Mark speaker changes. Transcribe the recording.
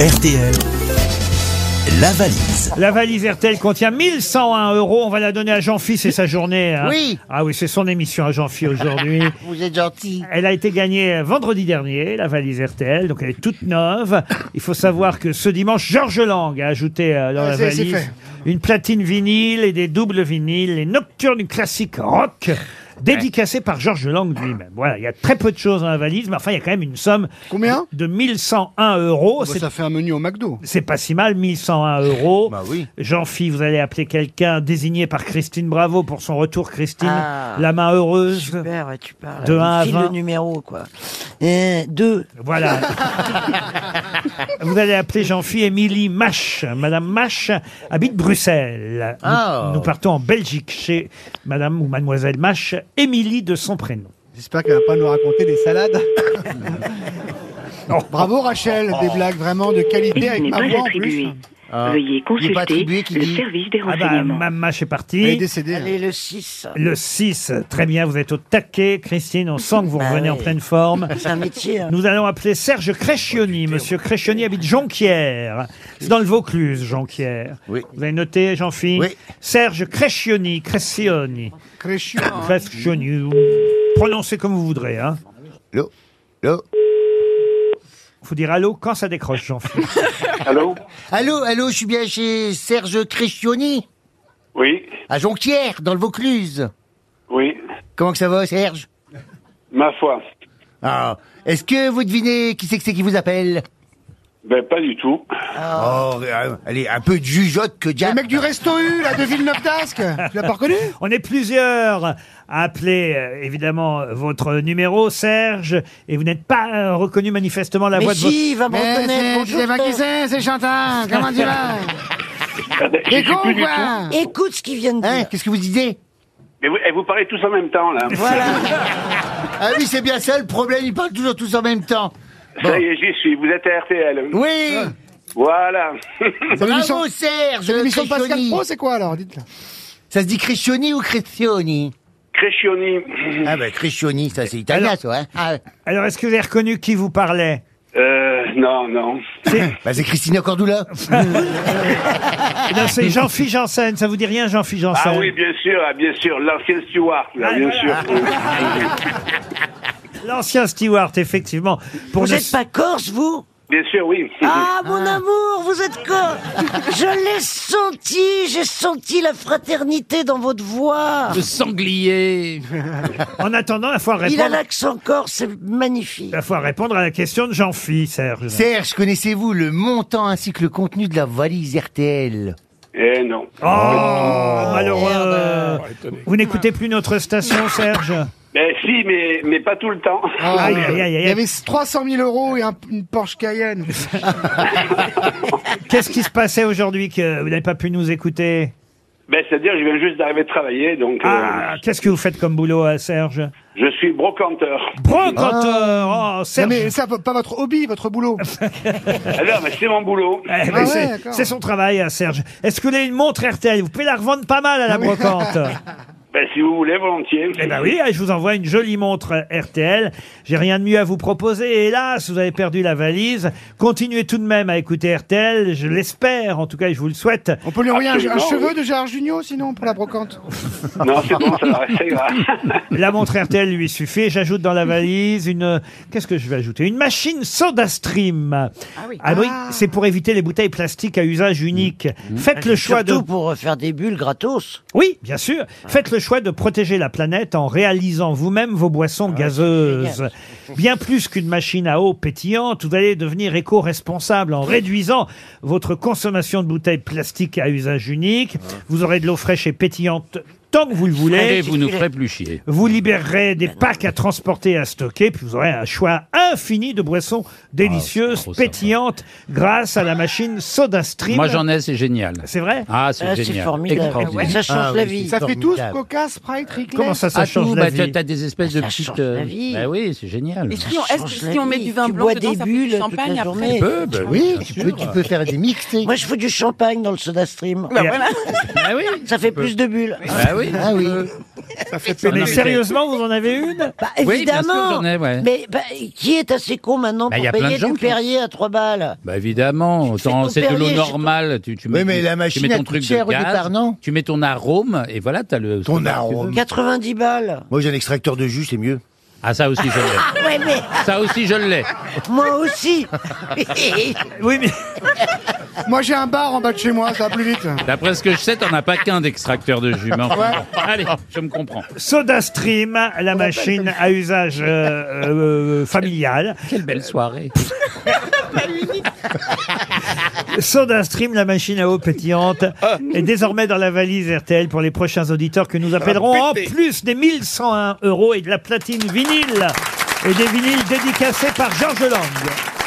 Speaker 1: RTL, la valise.
Speaker 2: La valise RTL contient 1101 euros. On va la donner à Jean-Phi, c'est sa journée. hein.
Speaker 3: Oui.
Speaker 2: Ah oui, c'est son émission à Jean-Phi aujourd'hui.
Speaker 3: Vous êtes gentil.
Speaker 2: Elle a été gagnée vendredi dernier, la valise RTL, donc elle est toute neuve. Il faut savoir que ce dimanche, Georges Lang a ajouté euh, dans
Speaker 3: Ah,
Speaker 2: la
Speaker 3: c'est- c'est
Speaker 2: valise
Speaker 3: fait.
Speaker 2: une platine vinyle et des doubles vinyles, les nocturnes classiques rock. dédicacées par Georges Lang lui-même. Voilà, il y a très peu de choses dans la valise, mais enfin, il y a quand même une somme
Speaker 3: Combien
Speaker 2: de 1101 euros. Oh,
Speaker 3: Bah,
Speaker 2: C'est
Speaker 3: Ça fait un menu au McDo.
Speaker 2: c'est pas si mal, 1101 euros.
Speaker 3: Bah oui.
Speaker 2: Jean-Phi, vous allez appeler quelqu'un désigné par Christine Bravo pour son retour, Christine. La main heureuse.
Speaker 4: Ah. Super, ouais, tu parles.
Speaker 2: De
Speaker 4: Il
Speaker 2: un à
Speaker 4: file
Speaker 2: vingt.
Speaker 4: le numéro, quoi. Euh, deux.
Speaker 2: Voilà. vous allez appeler Jean-Phi Émilie Mache. Madame Mache habite Bruxelles. Nous,
Speaker 4: Oh.
Speaker 3: Ah.
Speaker 2: nous partons en Belgique chez Madame ou Mademoiselle Mache, Émilie de son prénom.
Speaker 5: J'espère qu'elle va pas nous raconter des salades.
Speaker 3: Bravo Rachel, des blagues vraiment de qualité
Speaker 6: Il
Speaker 3: avec
Speaker 6: n'est
Speaker 3: ma
Speaker 6: pas
Speaker 3: voix en plus. Ah.
Speaker 6: attribué. Veuillez
Speaker 3: Il est pas
Speaker 6: consulter
Speaker 3: attribué, qui
Speaker 6: le
Speaker 3: dit
Speaker 6: service des
Speaker 2: Ah bah,
Speaker 6: renseignements.
Speaker 2: Madame Mache est
Speaker 3: Elle est
Speaker 2: partie.
Speaker 5: hein.
Speaker 3: décédée.
Speaker 4: Allez, le 6.
Speaker 2: Le 6, très bien, vous êtes au taquet, Christine. On sent que vous
Speaker 4: Bah
Speaker 2: revenez en
Speaker 4: oui.
Speaker 2: pleine forme.
Speaker 4: C'est un métier. hein.
Speaker 2: Nous allons appeler Serge Crescioni. Monsieur Crescioni habite Jonquière. C'est dans le Vaucluse, Jonquière.
Speaker 7: Oui.
Speaker 2: Vous avez noté, Jean-Philippe
Speaker 7: Oui.
Speaker 2: Serge Crescioni. Crescioni.
Speaker 3: Créchion.
Speaker 2: Crescioni. ou- Prononcez comme vous voudrez. Hein.
Speaker 7: L'eau. L'eau.
Speaker 2: Faut dire allô quand ça décroche, Jean-Philippe.
Speaker 8: Allô
Speaker 3: Allô, allô, je suis bien chez Serge Crescioni,
Speaker 8: Oui,
Speaker 3: à Jonquière, dans le Vaucluse.
Speaker 8: oui,
Speaker 3: Comment que ça va, Serge
Speaker 8: ma foi.
Speaker 3: Ah, est-ce que vous devinez qui c'est que c'est qui vous appelle
Speaker 8: Ben, pas du tout.
Speaker 7: Oh, euh, allez, un peu de jugeote que
Speaker 3: Le
Speaker 7: diable.
Speaker 3: mec du Resto U, là, de Villeneuve d'Ascq. Tu l'as pas reconnu
Speaker 2: On est plusieurs à appeler, euh, évidemment, votre numéro, Serge. Et vous n'êtes pas euh, reconnu manifestement la voix de
Speaker 4: Mais
Speaker 2: votre...
Speaker 4: si, il va me
Speaker 5: Eh,
Speaker 4: reconnaître.
Speaker 3: c'est
Speaker 4: Bonjour,
Speaker 3: qui c'est, c'est Chantin, comment tu vas
Speaker 8: Ben,
Speaker 3: T'es con ou quoi
Speaker 4: père. Écoute ce qu'ils viennent de
Speaker 3: Hein,
Speaker 4: dire.
Speaker 3: qu'est-ce que vous disiez
Speaker 8: Mais vous, eh, vous parlez tous en même temps, là.
Speaker 4: Voilà.
Speaker 3: Ah oui, c'est bien ça le problème, ils parlent toujours tous en même temps.
Speaker 8: Ça y est, j'y suis. Vous êtes à RTL.
Speaker 3: Oui
Speaker 7: Ah.
Speaker 8: Voilà.
Speaker 3: Bravo Serge
Speaker 5: L'émission de Pascal
Speaker 3: Crescioni.
Speaker 5: Pro, c'est quoi alors Dites-le.
Speaker 3: Ça se dit Crescioni ou Crescioni
Speaker 8: Crescioni.
Speaker 3: Ah bah Crescioni, ça c'est italien
Speaker 2: Alors-
Speaker 3: ça, hein Ah,
Speaker 2: Alors, est-ce que vous avez reconnu qui vous parlait
Speaker 8: Euh, non, non.
Speaker 2: C'est
Speaker 3: Bah c'est Christina Cordula
Speaker 2: non,
Speaker 4: Ah.
Speaker 2: c'est Jean-Philippe Janssen. Ça vous dit rien, Jean-Philippe Janssen
Speaker 8: Ah oui, bien sûr, ah, bien sûr. L'ancien Stewart, là,
Speaker 2: Ah,
Speaker 8: bien
Speaker 2: voilà.
Speaker 8: sûr.
Speaker 2: L'ancien Stewart, effectivement. Pour
Speaker 4: Vous
Speaker 2: ne-
Speaker 4: n'êtes pas corse, vous
Speaker 8: bien sûr, oui.
Speaker 4: Ah, mon amour, vous êtes corse. Je l'ai senti. J'ai senti la fraternité dans votre voix.
Speaker 5: sanglier.
Speaker 2: En attendant, il faut
Speaker 4: Il a
Speaker 2: répondre,
Speaker 4: l'accent corse, c'est magnifique.
Speaker 2: il faut répondre à la question de Jean-Phi, Serge.
Speaker 3: Serge, connaissez-vous le montant ainsi que le contenu de la valise RTL
Speaker 8: Eh non.
Speaker 2: Oh, malheureux. Vous n'écoutez plus notre station, Serge
Speaker 8: Ben si, mais, mais pas tout le temps.
Speaker 2: Aïe, aïe, aïe,
Speaker 5: Il y
Speaker 2: aïe.
Speaker 5: avait 300 000 euros et un- une Porsche Cayenne.
Speaker 2: Qu'est-ce qui se passait aujourd'hui que vous n'avez pas pu nous écouter
Speaker 8: Ben, c'est-à-dire, je viens juste d'arriver travailler, donc euh,
Speaker 2: Ah, qu'est-ce que vous faites comme boulot, hein, Serge
Speaker 8: je suis brocanteur.
Speaker 2: Brocanteur Oh,
Speaker 5: Ah. Non,
Speaker 2: Serge
Speaker 5: mais ça, pas votre hobby, votre boulot.
Speaker 8: Alors, ben, c'est mon boulot.
Speaker 2: Eh, mais
Speaker 5: Ah ouais,
Speaker 2: c'est-
Speaker 5: d'accord.
Speaker 2: c'est son travail, hein, Serge. Est-ce que vous avez une montre RTL Vous pouvez la revendre pas mal à
Speaker 5: Ah
Speaker 2: la brocante.
Speaker 8: Ben, si vous voulez, volontiers.
Speaker 2: Eh ben oui, je vous envoie une jolie montre RTL. J'ai rien de mieux à vous proposer. Hélas, vous avez perdu la valise. Continuez tout de même à écouter RTL. Je l'espère. En tout cas, je vous le souhaite.
Speaker 5: On peut lui envoyer un, un
Speaker 8: Absolument,
Speaker 5: cheveu
Speaker 8: oui.
Speaker 5: de Gérard Junior, sinon, pour la brocante.
Speaker 8: Non, c'est bon, ça va, ça ira.
Speaker 2: La montre RTL lui suffit. J'ajoute dans la valise une, qu'est-ce que je vais ajouter? Une machine soda stream. Ah oui. c'est pour éviter les bouteilles plastiques à usage unique. Faites le choix de
Speaker 4: Surtout pour faire des bulles gratos.
Speaker 2: Oui, bien sûr. Faites le choix de protéger la planète en réalisant vous-même vos
Speaker 9: Ah,
Speaker 2: boissons gazeuses. Bien plus qu'une machine à eau pétillante, vous allez devenir éco-responsable en réduisant votre consommation de bouteilles plastiques à usage unique. Vous aurez de l'eau fraîche et pétillante tant que vous le voulez.
Speaker 4: vous nous ferez
Speaker 2: Vous libérerez des packs à transporter et à stocker, puis vous aurez un choix infini de boissons
Speaker 10: Ah,
Speaker 2: délicieuses, pétillantes, grâce à la machine SodaStream.
Speaker 10: Moi j'en ai, c'est génial.
Speaker 2: C'est vrai
Speaker 10: Ah, c'est
Speaker 4: Ah, c'est
Speaker 10: génial.
Speaker 4: formidable.
Speaker 10: Extraordinaire.
Speaker 4: Ça change
Speaker 3: Ah oui,
Speaker 4: la vie.
Speaker 5: Ça fait tous
Speaker 3: Formidable.
Speaker 5: Coca, Sprite, Rick
Speaker 2: Comment ça, ça
Speaker 10: Ah,
Speaker 2: change
Speaker 10: tout,
Speaker 2: la
Speaker 10: bah, t'as-
Speaker 2: vie
Speaker 10: t'as des espèces de
Speaker 4: Ça change
Speaker 10: petites.
Speaker 4: la vie.
Speaker 10: Bah oui, c'est génial.
Speaker 9: Si on, est-ce que
Speaker 4: Change la
Speaker 9: si on met
Speaker 4: vie.
Speaker 9: du vin
Speaker 4: tu
Speaker 9: blanc
Speaker 4: bois
Speaker 9: dedans,
Speaker 4: des
Speaker 9: ça fait
Speaker 4: bulles
Speaker 9: du
Speaker 4: toute
Speaker 9: champagne
Speaker 4: la
Speaker 9: après
Speaker 4: journée.
Speaker 10: bah
Speaker 7: bah
Speaker 3: Oui, tu peux, tu
Speaker 4: Ah.
Speaker 3: peux faire des mix, tu sais.
Speaker 4: Moi, je fous du champagne dans le soda stream.
Speaker 9: Bah voilà.
Speaker 10: Bah oui.
Speaker 4: Ça fait plus de bulles.
Speaker 10: Bah oui.
Speaker 3: Ah oui.
Speaker 5: Ça fait
Speaker 2: Mais
Speaker 10: Non, mais
Speaker 5: pénible.
Speaker 10: c'est-
Speaker 2: sérieusement, vous en avez une
Speaker 4: Bah,
Speaker 10: Oui, bien sûr,
Speaker 4: évidemment.
Speaker 10: j'en ai, ouais.
Speaker 4: Mais bah, qui est assez con maintenant
Speaker 10: Bah, y
Speaker 4: pour
Speaker 10: a plein de
Speaker 4: payer
Speaker 10: gens
Speaker 4: du
Speaker 10: qui-
Speaker 4: Perrier à 3 balles
Speaker 10: Bah évidemment, autant-
Speaker 4: ton
Speaker 10: c'est de l'eau
Speaker 4: perrier, je sais
Speaker 10: normale. Tu, tu
Speaker 7: Oui,
Speaker 10: mets,
Speaker 7: mais
Speaker 10: tu-
Speaker 7: la
Speaker 10: tu
Speaker 7: machine
Speaker 10: mets
Speaker 7: a
Speaker 10: ton
Speaker 7: coûté
Speaker 10: truc
Speaker 7: cher
Speaker 10: de
Speaker 7: au
Speaker 10: gaz,
Speaker 7: départ, non
Speaker 10: Tu mets ton arôme et voilà, t'as le.
Speaker 7: Ton
Speaker 10: ce que tu
Speaker 7: arôme.
Speaker 10: veux.
Speaker 4: 90 balles.
Speaker 7: Moi, j'ai un extracteur de jus, c'est mieux.
Speaker 10: Ah ça aussi je l'ai.
Speaker 4: Ouais, mais
Speaker 10: Ça aussi je l'ai.
Speaker 4: moi aussi.
Speaker 2: Oui, mais
Speaker 5: Moi, j'ai un bar en bas de chez moi, ça va plus vite.
Speaker 10: D'après ce que je sais, t'en as pas qu'un d'extracteur de jus. mais enfin, bon. Allez, je me comprends.
Speaker 2: SodaStream, la machine à usage euh, euh, familial.
Speaker 10: Quelle belle soirée.
Speaker 2: SodaStream, la machine à eau pétillante, est désormais dans la valise RTL pour les prochains auditeurs que nous appellerons en plus des 1101 euros et de la platine vinyle et des vinyles dédicacés par Georges Lang.